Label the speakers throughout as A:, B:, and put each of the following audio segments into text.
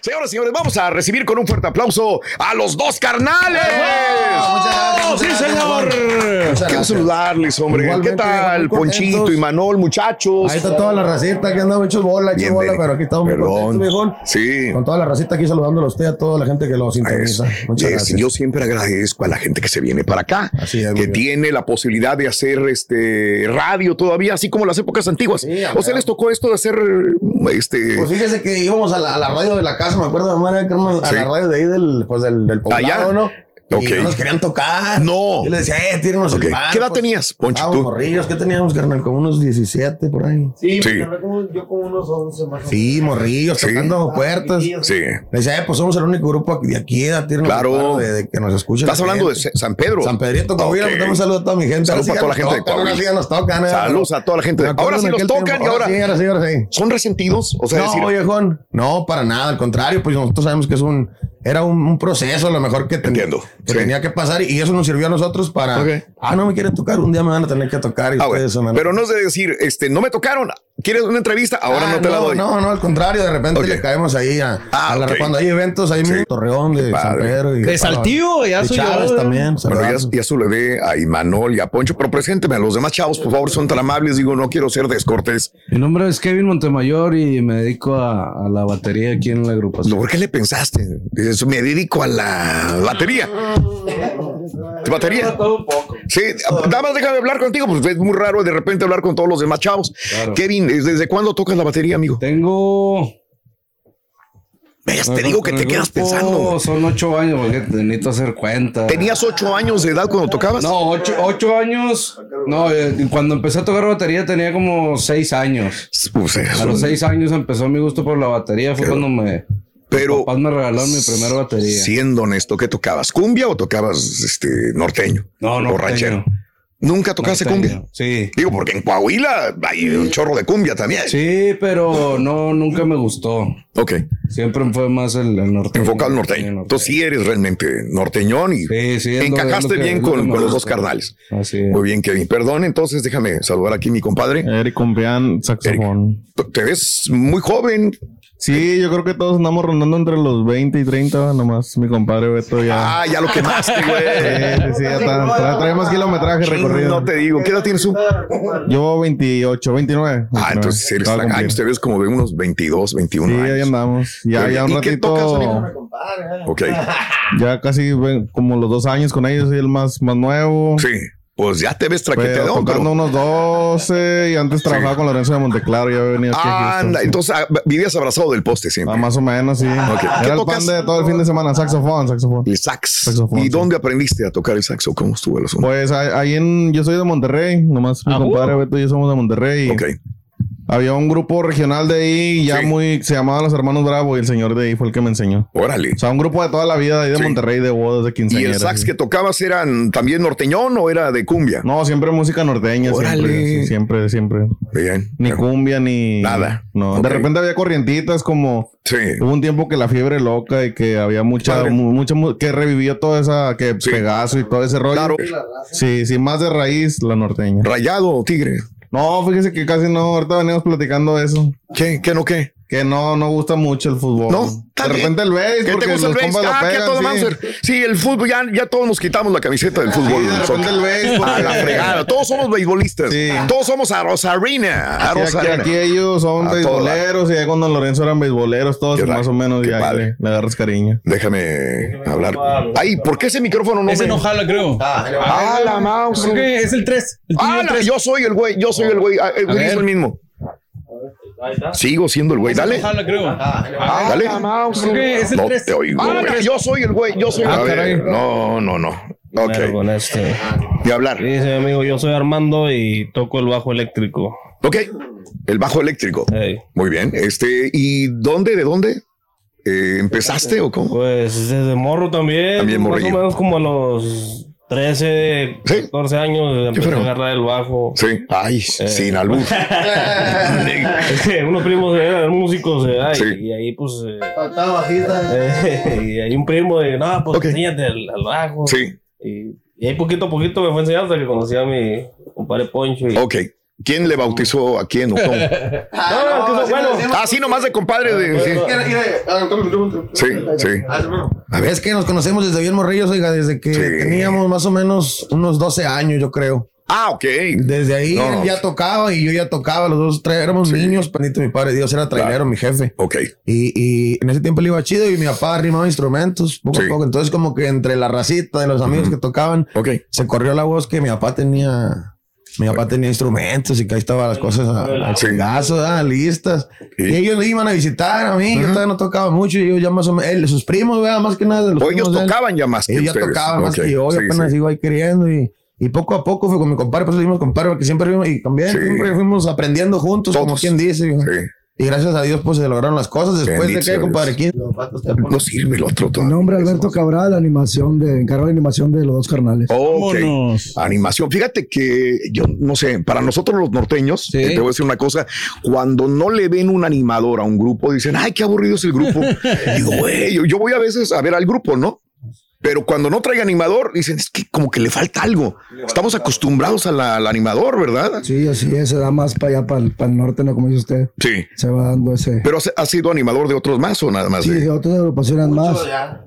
A: Señoras y señores, vamos a recibir con un fuerte aplauso a los dos carnales.
B: Muchas gracias,
A: ¡Oh, ¡Sí,
B: muchas
A: señor!
B: gracias, Raúl. Muchas
A: Quiero
B: gracias.
A: saludarles, hombre. ¿Qué
B: Igualmente,
A: tal,
B: muy contentos.
A: Ponchito y Manol, muchachos?
B: Ahí está toda la racita que andaba hecho bola, hecho
A: Bien,
B: bola,
A: Benny.
B: pero aquí estamos muy
A: Perdón.
B: contentos, viejón.
A: Sí.
B: Con toda la racita aquí saludándolo a usted, a toda la gente que lo
A: Es-
B: sintoniza. Muchas
A: es-
B: gracias.
A: Yo siempre agradezco a la gente que se viene para acá,
B: Así es, muy
A: que
B: bien.
A: tiene la posibilidad de hacer este radio todavía, así como las épocas antiguas.
B: Sí, a
A: o sea,
B: ver.
A: les tocó esto de hacer este
B: Pues fíjese que íbamos a la, a la radio de la casa, me acuerdo, mamá, era que íbamos a
A: Sí.
B: la radio de ahí del, pues del, del
A: Allá.
B: poblado, ¿no?
A: Ok.
B: Y no nos querían tocar.
A: No.
B: Yo les decía, eh, tírenos
A: Ok.
B: el pan.
A: ¿Qué edad tenías, Poncho,
B: Estábamos
A: tú?
B: morrillos, ¿qué teníamos, carnal? Como unos 17 por ahí.
C: Sí,
A: Sí.
C: me tardé como- yo como unos 11 más o menos.
B: Sí, morrillos,
A: Sí.
B: tocando puertas.
C: Sí.
A: Sí.
B: Le decía, eh, pues somos el único grupo aquí- de aquí, de Tirnos,
A: Claro.
B: claro, de, de que nos escuchen.
A: Estás hablando de Se- San Pedro.
B: San Pedrito Coahuila,
A: Ok.
B: le damos saludo a toda mi gente.
A: Saludos
B: Ahora
A: a toda
B: sí
A: la
B: ya
A: gente de
B: nos tocan, ahora sí
A: Coahuila.
B: ya nos tocan. eh.
A: Saludos a toda la gente.
B: Me acuerdo
A: Ahora sí
B: en
A: nos
B: aquel
A: tocan
B: tiempo.
A: y ahora-
B: Sí, ahora sí, ahora sí.
A: ¿Son resentidos? O sea,
B: no,
A: decir,
B: viejón. No, para nada. Al contrario, pues nosotros sabemos que es un, era un, un proceso, a lo mejor que, ten-
A: Entiendo,
B: que
A: sí.
B: tenía que pasar y eso nos sirvió a nosotros para.
A: Ok.
B: Ah, no me quieren tocar. Un día me van a tener que tocar y
A: ah, bueno,
B: ustedes se van a-
A: pero no es de decir, este, no me tocaron. ¿Quieres una entrevista? Ahora
B: Ah,
A: no te la doy.
B: No, no, al contrario, de repente
A: Ok.
B: le caemos ahí a,
A: Ah,
B: a la-
A: ok.
B: cuando hay eventos, ahí mismo Torreón de San
A: padre.
B: Pedro y
D: De Saltillo, ya
B: y
D: soy yo,
B: Chávez
D: ¿verdad?
B: también.
A: Bueno, ya,
B: saludazo.
A: ya saludé a Imanol y a Poncho, pero presénteme a los demás chavos, por favor, son tan amables. Digo, no quiero ser descortés.
E: Mi nombre es Kevin Montemayor y me dedico a, a la batería aquí en la agrupación.
A: ¿Por qué le pensaste? Dices, me dedico a la batería. ¿Tu batería? Sí, nada más déjame hablar contigo, pues es muy raro de repente hablar con todos los demás chavos.
E: Claro.
A: Kevin, ¿desde cuándo tocas la batería, amigo?
E: Tengo.
A: Veas, Pues te digo que
E: con
A: te
E: el
A: quedas
E: grupo
A: pensando.
E: Son ocho años, porque necesito hacer cuenta.
A: ¿Tenías ocho años de edad cuando tocabas?
E: No, ocho, ocho años. No, eh, cuando empecé a tocar batería tenía como seis años.
A: Pues eso.
E: A los seis años empezó mi gusto por la batería. Fue cuando me.
A: Pero-
E: mis papás me regalaron mi primera batería.
A: Siendo honesto, ¿qué tocabas? ¿Cumbia o tocabas este norteño?
E: No,
A: O
E: norteño.
A: ranchero. ¿Nunca tocaste
E: Norteño.
A: cumbia?
E: Sí.
A: Digo, porque en Coahuila hay un chorro de cumbia también.
E: Sí, pero no, nunca me gustó.
A: Ok,
E: Siempre fue más el, el norteño.
A: enfocado al norteño. Entonces sí eres realmente norteñón y
E: Sí, sí, es lo- es
A: encajaste
E: lo que-
A: bien
E: es lo que
A: con,
E: me
A: con los dos
E: gusta.
A: carnales.
E: Así es.
A: Muy bien, Kevin. Perdón, entonces déjame saludar aquí a mi compadre.
F: Eric Compeán, saxofón.
A: T- Te ves muy joven.
F: Sí, yo creo que todos andamos rondando entre los 20 y 30, nomás mi compadre Beto ya.
A: Ah, ya lo quemaste, güey.
F: Sí, sí, ya está. Tra- trae más kilometraje recorrido.
A: No te digo, ¿qué edad tienes tú?
E: Ah,
F: Yo 28, 29.
A: Ah,
F: 29.
A: entonces eres
F: Acaba de
A: ah,
F: cumplir.
A: pues te ves como de unos 22, 21
F: Sí, ahí
A: años.
F: andamos. Ya,
A: Oye,
F: ya un
A: ¿y qué tocas, amigo?
F: ratito,
A: Ok,
F: ya casi ven- como los dos años con ellos, soy el más, más nuevo.
A: sí. Pues ya te ves
F: Pero
A: traqueteado.
F: tocando
A: Pero...
F: unos 12 y antes trabajaba con Lorenzo de Monteclaro, ya venía aquí. a Houston.
A: Anda, entonces ah, vivías abrazado del poste
F: Ah,
A: siempre.
F: más o menos, sí.
A: ¿Qué
F: Era el
A: tocas?
F: pan de todo el fin de semana, saxofón, saxofón.
A: El sax.
F: Saxofón,
A: ¿Y
F: sí.
A: dónde aprendiste a tocar el saxo? ¿Cómo estuvo el asunto?
F: Pues ahí ahí en, yo soy de Monterrey, nomás mi compadre Beto y yo somos de Monterrey. y
A: ok.
F: Había un grupo regional de ahí, ya
A: Sí.
F: muy, se llamaba Los Hermanos Bravo y el señor de ahí fue el que me enseñó.
A: Órale.
F: O sea, un grupo de toda la vida de ahí de
A: Sí.
F: Monterrey, de bodas, de
A: ¿Y
F: quinceañeras.
A: el sax
F: sí.
A: que tocabas eran también norteñón o era de cumbia?
F: No, siempre música norteña,
A: Órale.
F: siempre, sí, siempre, siempre.
A: Bien.
F: Ni cumbia, ni...
A: Nada.
F: No,
A: Ok.
F: de repente había corrientitas como...
A: Sí.
F: Hubo un tiempo que la fiebre loca y que había mucha,
A: Padre.
F: mu- mucha, mu- que revivió toda esa, que
A: Sí.
F: Pegaso y todo ese rollo.
A: Claro.
F: Sí, sí, más de raíz la norteña.
A: Rayado o tigre.
F: No, fíjese que casi no. Ahorita veníamos platicando de eso.
A: ¿Qué? ¿Qué no qué?
F: Que no, no gusta mucho el fútbol.
A: No, está
F: de
A: bien.
F: repente el béis,
A: ¿Qué
F: porque
A: te gusta el
F: los
A: béis?
F: compas lo
A: Ah, que a toda
F: pegan.
A: madre.
F: sí.
A: sí. el fútbol, ya, ya todos nos quitamos la camiseta del fútbol.
F: Sí, de repente el béis.
A: A
F: porque-
A: la fregada. Todos somos beisbolistas.
F: Sí.
A: Todos somos a Rosarina. A
F: Sí, aquí,
A: Rosarina.
F: aquí ellos son
A: A todo
F: beisboleros y ahí cuando Lorenzo eran beisboleros, todos
A: Qué
F: y más
A: padre,
F: o menos
A: qué
F: ya
A: padre.
F: le, le agarras cariño.
A: Déjame hablar. Ay, ¿por qué ese micrófono no
D: Ese
A: me...
D: no jala, creo.
A: Ah, la mouse.
D: Creo que es el 3. El tuyo
A: Ah,
D: el
A: la-
D: 3.
A: yo soy el güey, yo soy el güey. Ah, El güey
D: ver.
A: es el mismo. Sigo siendo el güey. Dale.
D: No jala, creo.
A: Ah, dale.
D: Creo que es el
A: No
D: 3.
A: te oigo.
D: Ah,
A: güey. yo soy el güey, yo soy el
D: Ah,
A: güey.
D: caray.
A: No, no, no. Ok.
G: Con este.
A: De hablar.
G: Dice mi amigo, yo soy Armando y toco el bajo eléctrico.
A: Ok. El bajo eléctrico.
G: Ey,
A: Muy bien. Este, ¿y dónde? ¿De dónde? Eh, ¿Empezaste o cómo?
G: Pues desde morro también.
A: También
G: más o
A: morrillo.
G: menos como a los 13,
A: Sí.
G: 14 años
A: ¿Qué
G: empecé a
A: fueron?
G: agarrar el bajo.
A: Sí. Ay,
D: Eh.
A: sin albur.
G: Eh, Unos primos eran músicos, eh, ay,
A: Sí.
G: y ahí pues... eh,
B: Faltaba bajita.
G: eh, y hay un primo de, no, pues
A: Ok.
G: enséñate al, al bajo.
A: Sí.
G: Y Y ahí poquito a poquito me fue enseñando hasta que conocí a mi compadre Poncho. Y... Ah,
A: Ok. ¿Quién le bautizó a quién o cómo?
G: No, no, es que eso es bueno.
A: Ah, sí, nomás de compadre. De, sí, sí. sí.
B: A ver, es que nos conocemos desde bien morrillos, oiga, desde que
A: Sí.
B: teníamos más o menos unos 12 años, yo creo.
A: Ah, ok.
B: Desde ahí
A: No,
B: él
A: no. pues.
B: ya tocaba y yo ya tocaba, los dos tra- éramos niños, panito mi padre, Dios era trailero, mi jefe.
A: Ok.
B: Y, y en ese tiempo le iba chido y mi papá arrimaba instrumentos poco
A: Sí.
B: a poco. Entonces, como que entre la racita de los amigos que tocaban,
A: Ok.
B: se corrió la voz que mi papá tenía. Mi papá tenía instrumentos y que ahí estaban las cosas a- al
A: Sí.
B: chingazo, ah, listas.
A: Sí.
B: Y ellos me iban a visitar a mí, yo todavía no tocaba mucho. Y yo ya más o menos, él, sus primos, ¿verdad? más que nada. de los
A: O ellos
B: primos de él.
A: tocaban ya más que
B: Ellos ya
A: ustedes.
B: tocaban más
A: Ok,
B: que yo, yo
A: sí,
B: apenas
A: sí.
B: iba ahí queriendo y, y poco a poco fue con mi compadre,
C: pues,
B: por eso dijimos compadre, porque siempre fuimos, y también
A: Sí.
B: siempre fuimos aprendiendo juntos, como
A: Todos.
B: quien dice. viejo.
A: Sí.
B: Y gracias a Dios, pues se lograron las cosas después
A: Bendito
B: de
A: sea
B: que, compadre, ¿quién?
A: No sirve el otro.
H: Mi
A: todavía.
H: nombre es Alberto Cabral, animación de, encargado de animación de los dos carnales.
A: Ok.
F: Vámonos.
A: Animación. Fíjate que yo no sé, para nosotros los norteños, eh,
D: Sí.
A: te voy a decir una cosa, cuando no le ven un animador a un grupo, dicen, ay, qué aburrido es el grupo. Digo, "Güey, yo, yo voy a veces a ver al grupo, ¿no? Pero cuando no trae animador, dicen, es que como que le falta algo. Estamos acostumbrados a la- al animador, ¿verdad?
H: Sí, así es, se da más para allá, para el, para el norte, ¿no? Como dice usted,
A: Sí.
H: se va dando ese...
A: Pero has, has sido animador de otros más o nada más.
H: Sí,
A: de-
H: de otras agrupaciones más.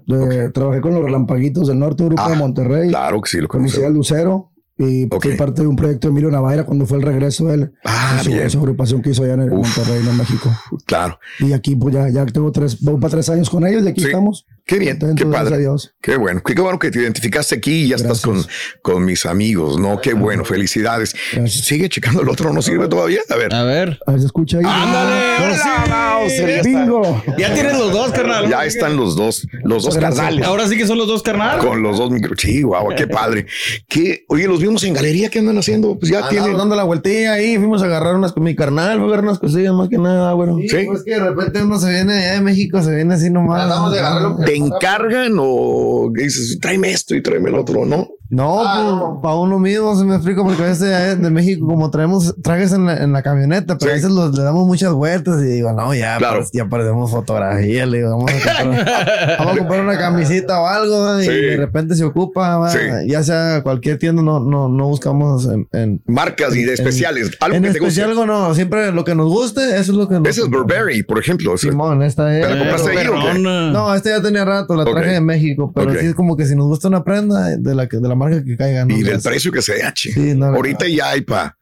H: De- Trabajé con los Relampaguitos del Norte, Grupo
A: Ah,
H: de Monterrey,
A: Claro que sí, lo
H: con
A: conocí.
H: Isabel Lucero, y
A: Ok.
H: fui parte de un proyecto de Emilio Navaira cuando fue el regreso de él,
A: Ah,
H: en su,
A: bien.
H: en su agrupación que hizo allá en el
A: Uf.
H: Monterrey, en México.
A: Claro.
H: Y aquí, pues ya, ya tengo tres, voy para tres años con ellos y aquí
A: Sí.
H: estamos.
A: Qué bien,
H: Contentos,
A: qué
H: gracias
A: padre.
H: a Dios.
A: Qué bueno, qué bueno que te identificaste aquí y ya estás con, con mis amigos, ¿no? Qué bueno, felicidades.
H: Gracias.
A: Sigue checando el otro, no sirve todavía. A ver.
D: A ver.
H: A ver, se escucha ahí.
D: Ahora sí.
H: ¡Bingo!
D: Ya tienes los dos, carnal.
A: Ya están los dos, los dos
H: Gracias.
A: carnales.
D: Ahora sí que son los dos, carnal.
A: Con los dos micro. Sí, guau, qué padre. Que, oye, los vimos en galería, ¿qué andan haciendo? Pues ya
C: Ah,
B: Andaba
A: tienen.
B: dando la vueltilla ahí, fuimos a agarrar unas con mi carnal, fue a agarrar unas cosillas más que nada, bueno.
A: Sí.
C: Es que de repente uno se viene allá de México, se viene así nomás.
B: Tratamos de agarrar lo que-
A: ¿Te encargan o dices, tráeme esto y tráeme el otro? No.
C: No,
A: Ah,
C: para uno mismo, se me explico, porque a veces allá de México, como traemos trajes en la, en la camioneta, pero a
A: Sí.
C: veces los- le damos muchas vueltas y digo, no, ya,
A: Claro.
C: pues, ya perdemos fotografía, le digo, vamos a comprar, vamos a comprar una camisita o algo, ¿no? y
A: Sí.
C: de repente se ocupa, ¿va?
A: Sí.
C: ya sea cualquier tienda, no, no, no buscamos en, en,
A: Marcas y de especiales. algo
C: en
A: que te guste.
C: especial algo, no, siempre lo que nos guste, eso es lo que nos
A: Ese es Burberry, por ejemplo. Ese-
C: Simón, esta es.
A: ¿Te la compraste ahí o qué?
C: No, esta ya tenía rato, la traje
A: Ok.
C: de México, pero
A: Ok.
C: sí es como que si nos gusta una prenda de la, que- de la marca que caiga. ¿no?
A: Y del
C: Pues,
A: precio que sea, che.
C: Sí, no, la
A: Ahorita ya hay pa.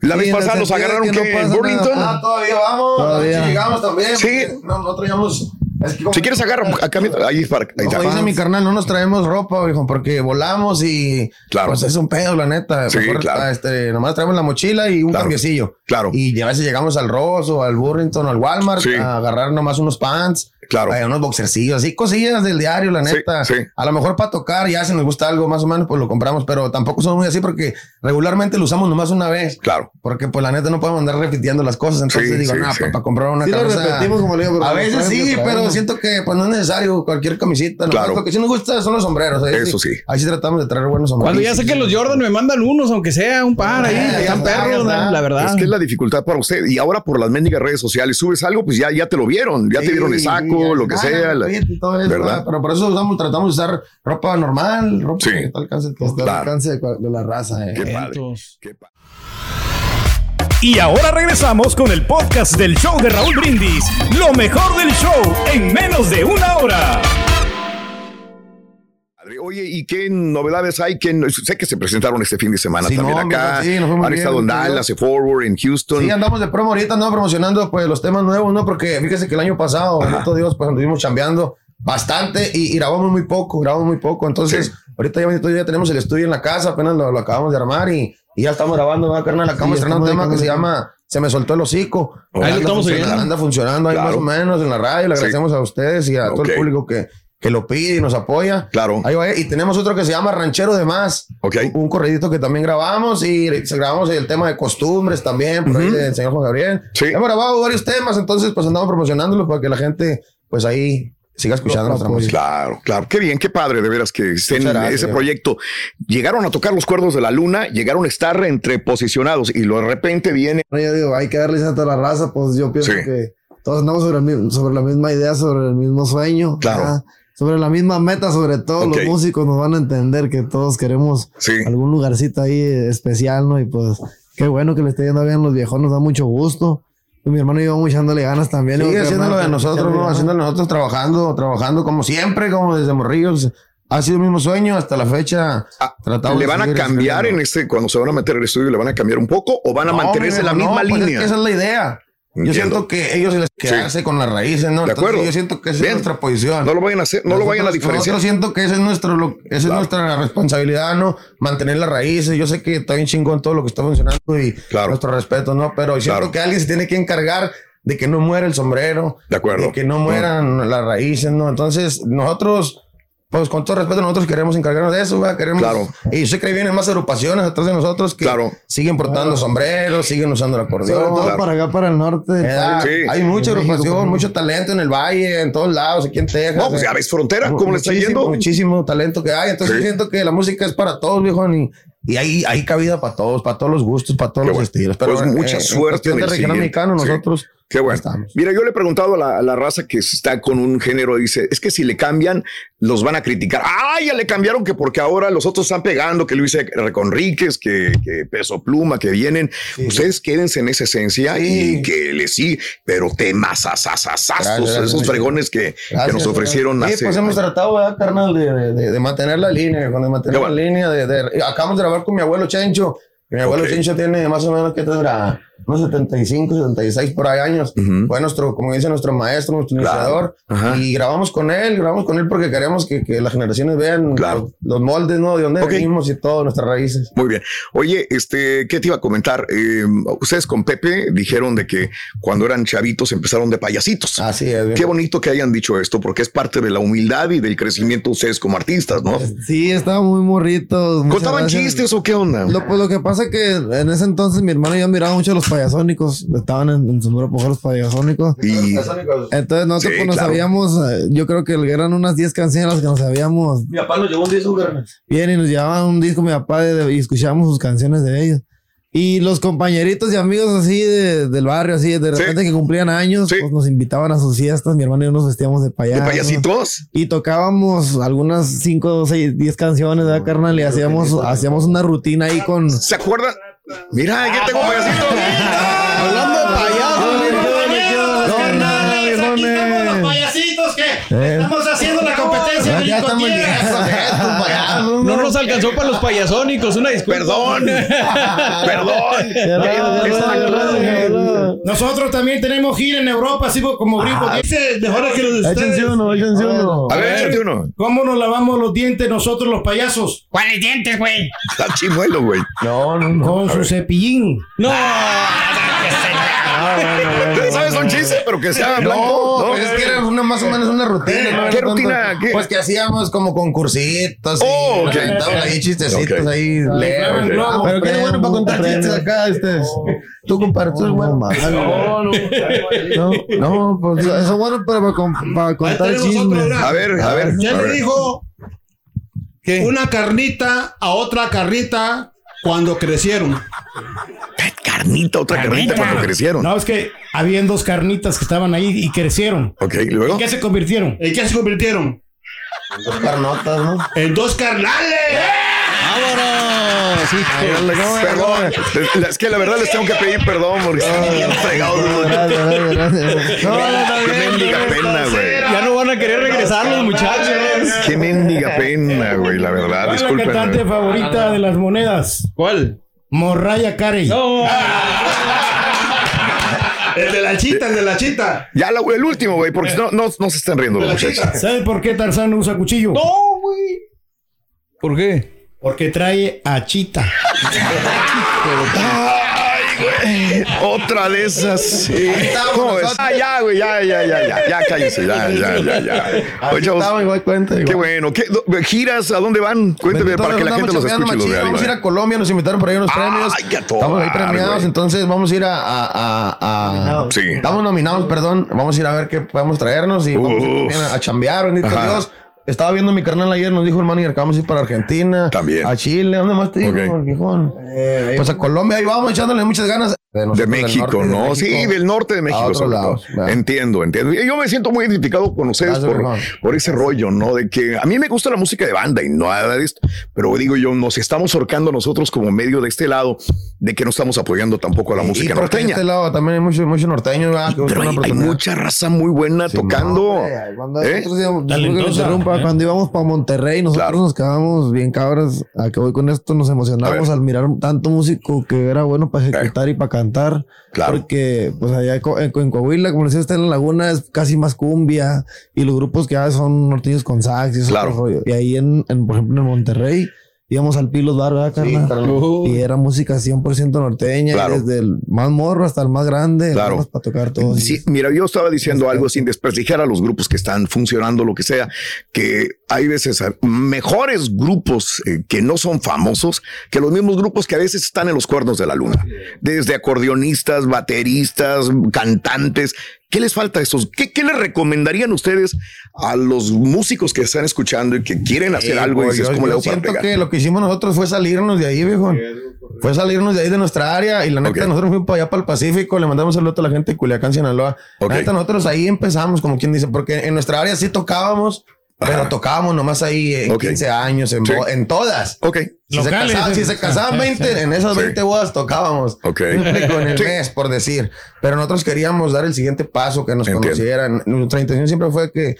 A: La
C: Sí,
A: vez
C: en el
A: pasada nos
C: sentido de
A: agarraron
C: que
A: que
C: no
A: en
C: pasa
A: Burlington.
C: nada.
B: Ah, todavía vamos,
C: Todavía.
B: todavía llegamos
A: Sí.
B: también. porque No, no traíamos. es que como-
A: Si quieres agarra acá, mira, ahí es para ahí está.
B: Como dice mi carnal, no nos traemos ropa, viejo, porque volamos y
A: Claro.
B: pues es un pedo, la neta.
A: Sí,
B: Mejor,
A: claro.
B: este, nomás traemos la mochila y un
A: Claro.
B: cambiecillo.
A: Claro.
B: Y a veces llegamos al Ross o al Burlington o al Walmart
A: Sí.
B: a agarrar nomás unos pants.
A: Claro.
B: eh, unos boxercillos, así cosillas del diario, la
A: Sí,
B: neta.
A: sí.
B: A lo mejor para tocar, ya si nos gusta algo más o menos, pues lo compramos, pero tampoco somos muy así porque regularmente lo usamos nomás una vez.
A: Claro.
B: Porque pues la neta no podemos andar repitiendo las cosas. Entonces
A: Sí,
B: digo,
A: sí,
B: no,
A: sí.
B: para comprar una
C: Sí, lo
B: camisa-
C: repetimos, como le digo, pero
B: A
C: lo
B: veces
C: traemos,
B: sí,
C: lo traemos.
B: pero siento que pues no es necesario cualquier camisita. nomás
A: Claro.
B: Lo que sí nos gusta son los sombreros. ahí
A: Eso sí.
B: Ahí sí tratamos de traer buenos sombreros.
D: Cuando ya saquen los Jordan, me mandan unos, aunque sea un par ahí.
B: Ah, Ya
D: Están
B: está, ya
D: perros,
B: está.
D: la la verdad.
A: Es que es la dificultad para usted. Y ahora por las mendigas redes sociales, subes algo, pues ya, ya te lo vieron, ya te
B: Sí,
A: vieron el
B: sí,
A: saco,
B: ya Ah,
A: lo que
B: está,
A: sea. la-
B: repito y todo eso,
A: ¿verdad?
B: Pero por eso usamos, tratamos de usar ropa normal, ropa
A: Sí.
B: que te alcance, que
C: Está
B: te
A: Claro.
B: alcance de, cua- de la raza. eh.
A: Qué padre. Qué padre.
I: Y ahora regresamos con el podcast del show de Raúl Brindis. Lo mejor del show en menos de una hora.
A: Padre. Oye, ¿y qué novedades hay? Que no- sé que se presentaron este fin de semana
B: Sí,
A: también
B: no, mira,
A: acá.
B: sí, nos fue muy
A: Han
B: bien,
A: estado en
B: gracias a
A: Dallas, en Forward, en Houston.
B: Sí, andamos de promo ahorita, andamos promocionando pues los temas nuevos, ¿no? Porque fíjese que el año pasado, bendito Dios, pues anduvimos chambeando bastante y, y grabamos muy poco, grabamos muy poco. Entonces,
A: Sí.
B: ahorita ya, bendito Dios, ya tenemos el estudio en la casa, apenas lo, lo acabamos de armar y, y ya estamos grabando, ¿verdad, carnal? Acabamos
C: Sí,
B: de estrenar un
C: estamos
B: tema que se
C: dedicando-
B: llama Se me soltó el hocico.
A: Ahí lo
B: Anda
D: estamos
B: funcionando,
D: oyendo.
B: Anda funcionando ahí
A: Claro.
B: más o menos en la radio. Le
A: Sí.
B: agradecemos a ustedes y a todo
A: Ok.
B: el público que, que lo pide y nos apoya.
A: Claro.
B: Ahí va, eh, y tenemos otro que se llama Ranchero de Más.
A: Ok.
B: Un, un corredito que también grabamos y se- grabamos el tema de costumbres también, por ahí del señor Juan Gabriel.
A: Sí.
B: Hemos grabado varios temas, entonces pues andamos promocionándolo para que la gente pues ahí siga escuchando nuestra
A: Pues,
B: música.
A: Claro, claro. Qué bien, qué padre, de veras que estén
B: Muchas
A: en
B: gracias.
A: ese proyecto. Llegaron a tocar los cuerdos de la luna, llegaron a estar entre posicionados y lo de repente viene.
C: No, yo digo, hay que darle chance a la raza, pues yo pienso
A: Sí.
C: que todos andamos sobre, el mi- sobre la misma idea, sobre el mismo sueño.
A: Claro.
C: ¿verdad? sobre la misma meta, sobre todo
A: Ok.
C: los músicos nos van a entender que todos queremos
A: Sí.
C: algún lugarcito ahí especial, ¿no? Y pues qué bueno que le esté yendo bien los viejos, nos da mucho gusto. Y mi hermano y yo echándole ganas también.
B: Sí,
C: Digo,
B: haciendo lo
C: carnal,
B: de
C: echándole
B: nosotros, ¿no?
C: ganas.
B: Haciendo lo de nosotros, trabajando, trabajando como siempre, como desde morrillos. Ha sido el mismo sueño hasta la fecha.
A: Ah,
B: Tratamos
A: ¿Le
B: de
A: van a
B: seguir
A: cambiar en
B: haciendo.
A: este, cuando se van a meter al estudio, le van a cambiar un poco o van a
B: No,
A: mantenerse en
B: hombre,
A: la
B: no,
A: misma
B: pues es
A: línea?
B: que esa es la idea. Yo
A: Entiendo.
B: siento que ellos les quedarse con las raíces, ¿no?
A: De
B: Entonces,
A: acuerdo.
B: yo siento que esa
A: Bien.
B: es nuestra posición.
A: No lo vayan a hacer, no lo vayan a
B: Nosotros-
A: diferenciar.
B: Nosotros siento que ese es nuestro, lo- esa es nuestra responsabilidad, ¿no? Mantener las raíces. Yo sé que está bien chingón todo lo que está funcionando y
A: Claro.
B: nuestro respeto, ¿no? Pero siento
A: Claro.
B: que alguien se tiene que encargar de que no muera el sombrero.
A: De acuerdo.
B: de que no mueran las raíces, ¿no? Entonces, nosotros, pues con todo respeto, nosotros queremos encargarnos de eso, ¿verdad? Queremos.
A: Claro.
B: Y yo sé que ahí vienen más agrupaciones atrás de nosotros que
A: Claro.
B: siguen portando sombreros, siguen usando el
C: Sobre
B: acordeón.
C: todo
A: Claro.
C: para acá, para el norte. del
B: Eh,
C: país.
A: Sí.
B: Hay mucha
C: En México, por
B: agrupación,
C: ejemplo.
B: mucho talento en el valle, en todos lados, aquí en Texas.
A: No, pues ya ves frontera, ¿cómo le está
B: Muchísimo-
A: yendo?
B: Muchísimo talento que hay. Entonces
A: Sí.
B: yo siento que la música es para todos, viejo. Y, y hay, hay cabida para todos, para todos los gustos, para todos
A: Qué
B: los
A: bueno.
B: estilos. eh,
A: Pues mucha suerte en
B: En cuestión
A: el
B: de regional
A: siguiente.
B: mexicano,
A: Sí.
B: nosotros.
A: Qué bueno.
B: estamos.
A: Mira, yo le he preguntado a la, a la raza que está con un género, dice, es que si le cambian, los van a criticar. Ah, ya le cambiaron que porque ahora los otros están pegando, que Luis Reconríquez, que, que Peso Pluma, que vienen. Pues Ustedes quédense en esa esencia
B: Sí.
A: y que le sí, pero temas
B: Gracias, gracias,
A: esos
B: gracias.
A: fregones que, que
B: Gracias,
A: nos
B: señor.
A: ofrecieron
B: Sí,
A: hace-
B: pues hemos tratado, ¿verdad, carnal, de, de- de- de mantener la línea, viejo, de mantener
A: Qué bueno.
B: la línea. De, de- acabamos de grabar con mi abuelo Chencho. Mi abuelo
A: Ok.
B: Chencho tiene más o menos que tendrá unos 75, 76 por ahí años.
A: Ujú.
B: Fue nuestro, como dice nuestro maestro, nuestro
A: Claro.
B: iniciador.
A: Ajá.
B: Y grabamos con él, grabamos con él porque queremos que, que las generaciones vean
A: Claro.
B: los, los moldes, ¿no? De dónde
A: Ok.
B: venimos y todo, nuestras raíces.
A: Muy bien. Oye, este, ¿qué te iba a comentar? Eh, ustedes con Pepe dijeron de que cuando eran chavitos empezaron de payasitos.
B: Así es. viejo.
A: Qué bonito que hayan dicho esto, porque es parte de la humildad y del crecimiento de ustedes como artistas, ¿no?
C: Sí, estaba muy morrito. muchas
A: ¿Contaban
C: gracias.
A: chistes o qué onda?
C: Lo, pues lo que pasa que en ese entonces mi hermano y yo miraba mucho a los payasónicos. Estaban en, en su grupo los payasónicos.
A: Y
C: Entonces nosotros
A: Sí,
C: pues, nos
A: claro.
C: sabíamos, eh, yo creo que eran unas 10 canciones las que nos sabíamos
H: Mi papá nos llevó un disco, carnal.
C: bien y nos llevaban un disco mi papá de- de- y escuchábamos sus canciones de ellos. Y los compañeritos y amigos así de- del barrio, así de
A: Sí.
C: repente que cumplían años,
A: Sí.
C: pues nos invitaban a sus fiestas, mi hermano y yo nos vestíamos de
A: de
C: payaso.
A: payasitos.
C: Y tocábamos algunas 5, 6, 10 canciones, ¿verdad, carnal? Y hacíamos, hacíamos una rutina ahí con...
A: ¿Se acuerdan? Mira, aquí tengo payasitos.
D: Hablando de payasos,
B: Ya, ya estamos viejos, estos payasos,
D: no nos alcanzó para los payasónicos, una disculpa.
A: Perdón, perdón.
B: pues,
J: Nosotros también tenemos gira en Europa, así como gringo.
C: Ah.
J: Dice, mejor que los de ustedes.
C: Échense uno, échense uno.
A: A ver, échate uno.
J: ¿Cómo nos lavamos los dientes nosotros los payasos?
D: ¿Cuáles dientes, güey?
A: Está chimuelo, güey.
J: Con su cepillín.
D: No.
A: Ustedes saben son chistes, pero que sea blanco.
B: No, pues es que era una, más o menos una rutina. ¿no?
A: ¿Qué
B: Era tanto-
A: rutina? ¿Qué?
B: Pues que hacíamos como concursitos. y
A: Oh,
B: nos
A: ok.
B: aventaban ahí chistecitos
A: Ok.
B: ahí.
J: inflaban
B: leves.
J: globos.
B: Pero qué
C: Premio,
B: bueno para contar
C: premio.
B: chistes acá, ustedes. Tú compartes,
C: No,
B: bueno.
C: no,
B: No, no, pues.
C: Eso es bueno para, para, contar
J: tenemos otro,
C: chismes.
J: mira.
A: A ver, a ver.
J: Ya
A: a
J: le
A: ver.
J: dijo una carnita a otra carnita cuando crecieron.
A: Carnita, otra carnita cuando crecieron.
J: No, es que habían dos carnitas que estaban ahí y crecieron.
A: Ok, ¿y luego.
J: ¿En qué se convirtieron? ¿En qué se convirtieron?
B: Carnotas, ¿no?
J: En dos carnales.
D: ¡Vámonos! hijo.
A: Perdón, es que la verdad les tengo que pedir perdón porque están bien fregados. Qué mendiga pena, güey.
D: Ya no van a querer regresar los muchachos.
A: Qué mendiga pena, güey, la verdad.
J: ¿Cuál es la
A: Disculpen.
J: cantante
A: ¿eh?
J: favorita de las monedas?
D: ¿Cuál?
J: Morraya Carey.
D: No.
J: El de la chita, el de la chita.
A: Ya la- el último, güey, porque no, no, no se están riendo los muchachos.
J: ¿Sabe por qué Tarzán no usa cuchillo?
D: No, güey. ¿Por qué?
J: Porque trae a Chita.
A: Ay, güey. Otra de esas. sí. ¿Cómo ves? Ah, ya, güey, ya, ya, ya, ya. Ya cállese, ya, ya, ya, ya. Oye, chavos,
B: Estaba igual, cuenta.
A: qué
B: igual.
A: bueno. ¿Qué, do- ¿Giras? ¿A dónde van? Cuénteme
B: Bendito
A: para
B: Dios,
A: que la gente
B: andamos
A: los escuche
B: chambeando
A: y los
B: machín.
A: vea.
B: Vamos a ir
A: güey.
B: a Colombia, nos invitaron por ahí a unos
A: Ay,
B: premios.
A: a todo
B: Estamos ahí
A: dar,
B: premiados,
A: güey.
B: entonces vamos a ir a. a- a- a-
A: Sí.
B: Estamos nominados, perdón. Vamos a ir a ver qué podemos traernos y vamos a ir
A: Uf.
B: también a, a chambear, bendito
A: Ajá.
B: Dios. Estaba viendo mi carnal ayer, nos dijo el manager que vamos a ir para Argentina.
A: También.
B: A Chile, ¿dónde más te digo,
A: Ok.
B: viejón? Pues a Colombia, ahí vamos echándole muchas ganas.
A: De
B: nosotros, del norte
A: México,
B: de
A: ¿no?
B: México
A: sí, del norte de México.
B: otros
A: sobre todo.
B: lados, ¿verdad?
A: Entiendo, entiendo. Y Yo me siento muy identificado con ustedes
B: Gracias,
A: por,
B: hermano.
A: por ese rollo, ¿no? De que a mí me gusta la música de banda y nada de esto, pero digo yo, nos estamos horcando nosotros como medio de este lado de que no estamos apoyando tampoco a la
B: Y
A: música
B: porque en
A: norteña.
B: este lado también hay mucho, mucho norteño, ¿verdad? Que busca
A: Pero hay,
B: una
A: hay
B: oportunidad.
A: mucha raza muy buena tocando.
C: Cuando
A: ¿eh?
C: nosotros íbamos, disculpe que le
J: Talentosa,
C: interrumpa,
J: ¿eh?
C: cuando íbamos para Monterrey, nosotros nos quedábamos bien cabras. A que voy con esto, nos emocionábamos al mirar tanto músico que era bueno para ejecutar y para
A: Eh.
C: cantar.
A: Claro.
C: Porque, pues, allá en, Co- en Coahuila, como les decía, está en la laguna, es casi más cumbia. Y los grupos que hay Ah, son norteños con sax y eso.
A: Claro.
C: otro rollo. Y ahí, en, en, por ejemplo, en Monterrey, íbamos al Pilos Bar, ¿verdad, carnal?
D: Uh.
C: Y era música 100% norteña. y
A: Claro.
C: desde el más morro hasta el más grande.
A: Claro.
C: vamos Para tocar todo.
A: Sí, mira, yo estaba diciendo algo sin desprestigiar a los grupos que están funcionando, lo que sea, que hay veces a- mejores grupos eh, que no son famosos que los mismos grupos que a veces están en los cuernos de la luna. Desde acordeonistas, bateristas, cantantes. ¿Qué les falta a estos? ¿Qué, qué les recomendarían ustedes a los músicos que están escuchando y que quieren hacer
B: Eh,
A: algo? Y
B: güey,
A: dices,
B: yo-
A: ¿cómo le
B: yo
A: hago para
B: siento
A: pegar?
B: que lo que hicimos nosotros fue salirnos de ahí, viejo. Fue salirnos de ahí de nuestra área y la neta,
A: Ok.
B: nosotros fuimos para allá para el Pacífico, le mandamos saludo a toda la gente de Culiacán, Sinaloa.
A: Ok.
B: La neta, nosotros ahí empezamos, como quien dice, porque en nuestra área sí tocábamos, pero tocábamos nomás ahí en
A: Ok.
B: 15 años, en,
A: Sí.
B: bo- en todas.
A: Ok,
B: Si,
J: Locales,
B: se, casaban,
J: eh.
B: si se casaban 20, en esas
A: Ah, Sí.
B: 20 bodas tocábamos.
A: ok.
B: Me explico, en el
A: Sí.
B: mes, por decir. Pero nosotros queríamos dar el siguiente paso, que nos
A: Entiendo.
B: conocieran. Nuestra intención siempre fue que,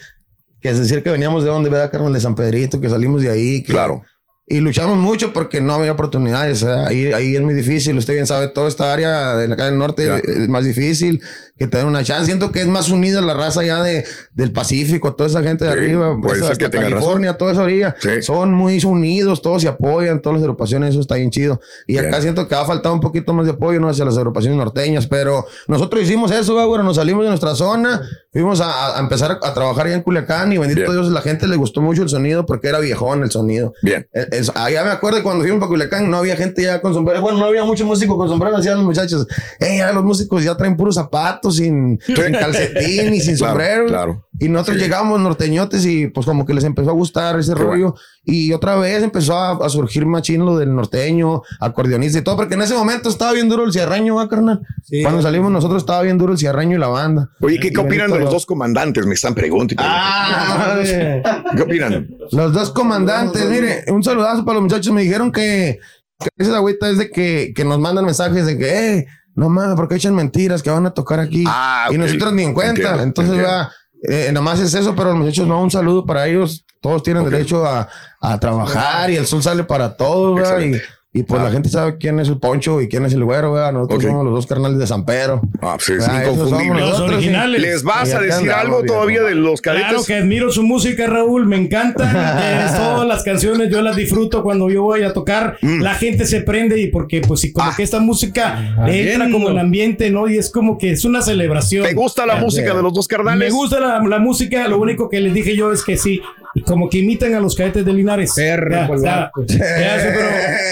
B: que es decir que veníamos de donde, ¿verdad, Carmen? De San Pedrito, que salimos de ahí. que-
A: Claro.
B: Y luchamos mucho porque no había oportunidades. ¿eh? Ahí, ahí es muy difícil. Usted bien sabe, toda esta área de la calle del norte
A: Ya.
B: es más difícil que tener una chance. Siento que es más unida la raza ya de, del Pacífico, toda esa gente de
A: Sí,
B: arriba,
A: puede
B: esa-
A: ser que
B: hasta
A: tenga razón.
B: California, toda esa orilla.
A: Sí.
B: Son muy unidos, todos se apoyan, todas las agrupaciones, eso está bien chido. Y acá
A: Bien.
B: siento que ha faltado un poquito más de apoyo ¿no? hacia las agrupaciones norteñas, pero nosotros hicimos eso, güey, bueno, nos salimos de nuestra zona, fuimos a, a empezar a trabajar ya en Culiacán y bendito
A: Bien.
B: Dios, la gente le gustó mucho el sonido porque era viejón el sonido.
A: Bien.
B: Eh, eso, allá me acuerdo que cuando fuimos para Culiacán no había gente ya con sombrero. Bueno, no había muchos músicos con sombrero. Decían los muchachos, "Ey, ya los músicos ya traen puros zapatos sin, sin calcetín y sin
A: Claro,
B: sombrero.
A: claro.
B: Y nosotros
A: Sí.
B: llegamos norteñotes y pues como que les empezó a gustar ese
A: Qué
B: rollo. Y otra vez empezó a, a surgir machín lo del norteño, acordeonista y todo. Porque en ese momento estaba bien duro el cierreño, ¿va, carnal? Cuando salimos nosotros estaba bien duro el cierreño y la banda.
A: Oye, ¿qué, qué
B: Eh, Y
A: opinan
B: bendito
A: de los
B: Dios.
A: dos comandantes? Me están preguntando.
B: Ah, madre.
A: ¿Qué opinan?
B: Los dos comandantes, mire, un saludazo para los muchachos. Me dijeron que, que esa agüita es de que, que nos mandan mensajes de que, eh, no mames, porque echan mentiras que van a tocar aquí.
A: Ah,
B: y
A: ok.
B: nosotros ni en cuenta.
A: Entiendo,
B: Entonces,
A: entiendo.
B: va, eh, nomás es eso, pero los muchachos, no, un saludo para ellos. Todos tienen derecho a, a trabajar y el sol sale para todos, ¿verdad? Y,
A: Excelente. Ah.
B: y pues la gente sabe quién es el poncho y quién es el güero, ¿verdad? Nosotros
A: Ok.
B: somos los dos carnales de San Pedro.
A: Ah, pues es
B: Ah, esos
A: inconfundible.
B: somos
J: Los
B: Nosotros sí.
J: originales.
A: ¿Les vas
B: Allá
A: a
B: te
A: decir
B: andamos,
A: algo
B: viejo.
A: todavía de los cadetes?
J: Claro que admiro su música, Raúl. Me encanta. Eh, todas las canciones yo las disfruto cuando yo voy a tocar.
A: Mm.
J: La gente se prende y porque, pues, sí, como que esta música le entra como el ambiente, ¿no? Y es como que es una celebración.
A: ¿Te gusta la música de los dos
J: Me
A: carnales?
J: gusta la, la música. Lo único que les dije yo es que sí. y Como que imitan a los cadetes de Linares.
E: Perro,
J: Ya,
E: polvaco.
J: ya, ya, sí,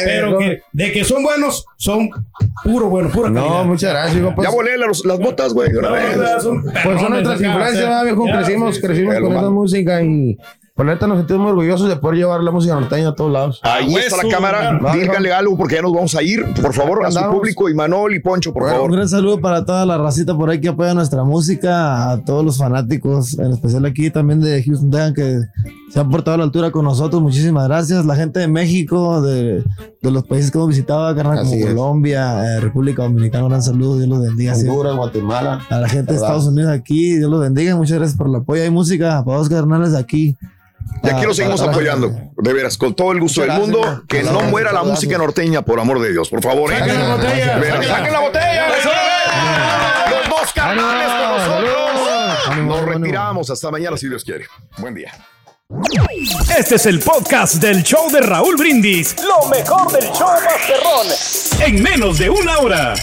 J: pero pero que, de que son buenos, son puro bueno, pura
B: No,
J: calidad.
B: muchas gracias, hijo. Pues,
A: Ya volé las, las botas, güey. de una
J: No,
A: vez.
J: o sea, son
B: Pues
J: perrones
B: son nuestras
J: acá,
B: influencias,
J: o sea,
B: ¿verdad, viejo.
J: ya,
B: crecimos,
J: sí, sí.
B: crecimos
A: sí,
B: con
A: lo
B: esa
A: malo.
B: música y por la neta nos sentimos orgullosos de poder llevar la música norteña a todos lados.
A: Ahí
J: Hueso,
A: está la cámara.
J: claro.
A: Díganle algo porque ya nos vamos a ir. Por favor, a su
B: Andamos.
A: público, y Manol y Poncho, por
C: Bueno, un
A: favor.
C: gran saludo para toda la racita por ahí que apoya nuestra música, a todos los fanáticos, en especial aquí también de Houston Texas que se han portado a la altura con nosotros. Muchísimas gracias. La gente de México, de, de los países que hemos visitado, carnal, como
B: Así es.
C: Colombia, eh, República Dominicana, un gran saludo. Dios los bendiga. siempre.
B: Honduras, Guatemala.
C: A la gente de
B: ¿verdad?
C: Estados Unidos aquí, Dios los bendiga. Muchas gracias por el apoyo. Hay música para dos carnales aquí.
A: Y aquí lo seguimos
C: Ah, para-
A: apoyando. De veras, con todo el gusto del
B: Muchas
A: mundo.
B: gracias,
A: Que
B: gracias.
A: no muera la
B: Gracias.
A: música norteña, por amor de Dios. Por favor, ¿eh?
J: Saquen la botella,
A: De veras,
J: saquen la-
A: saquen la botella. güey. Los dos carnales con nosotros. Nos retiramos. Hasta mañana, si Dios quiere. Buen día.
I: Este es el podcast del show de Raúl Brindis. Lo mejor del show Masterrón. En menos de una hora.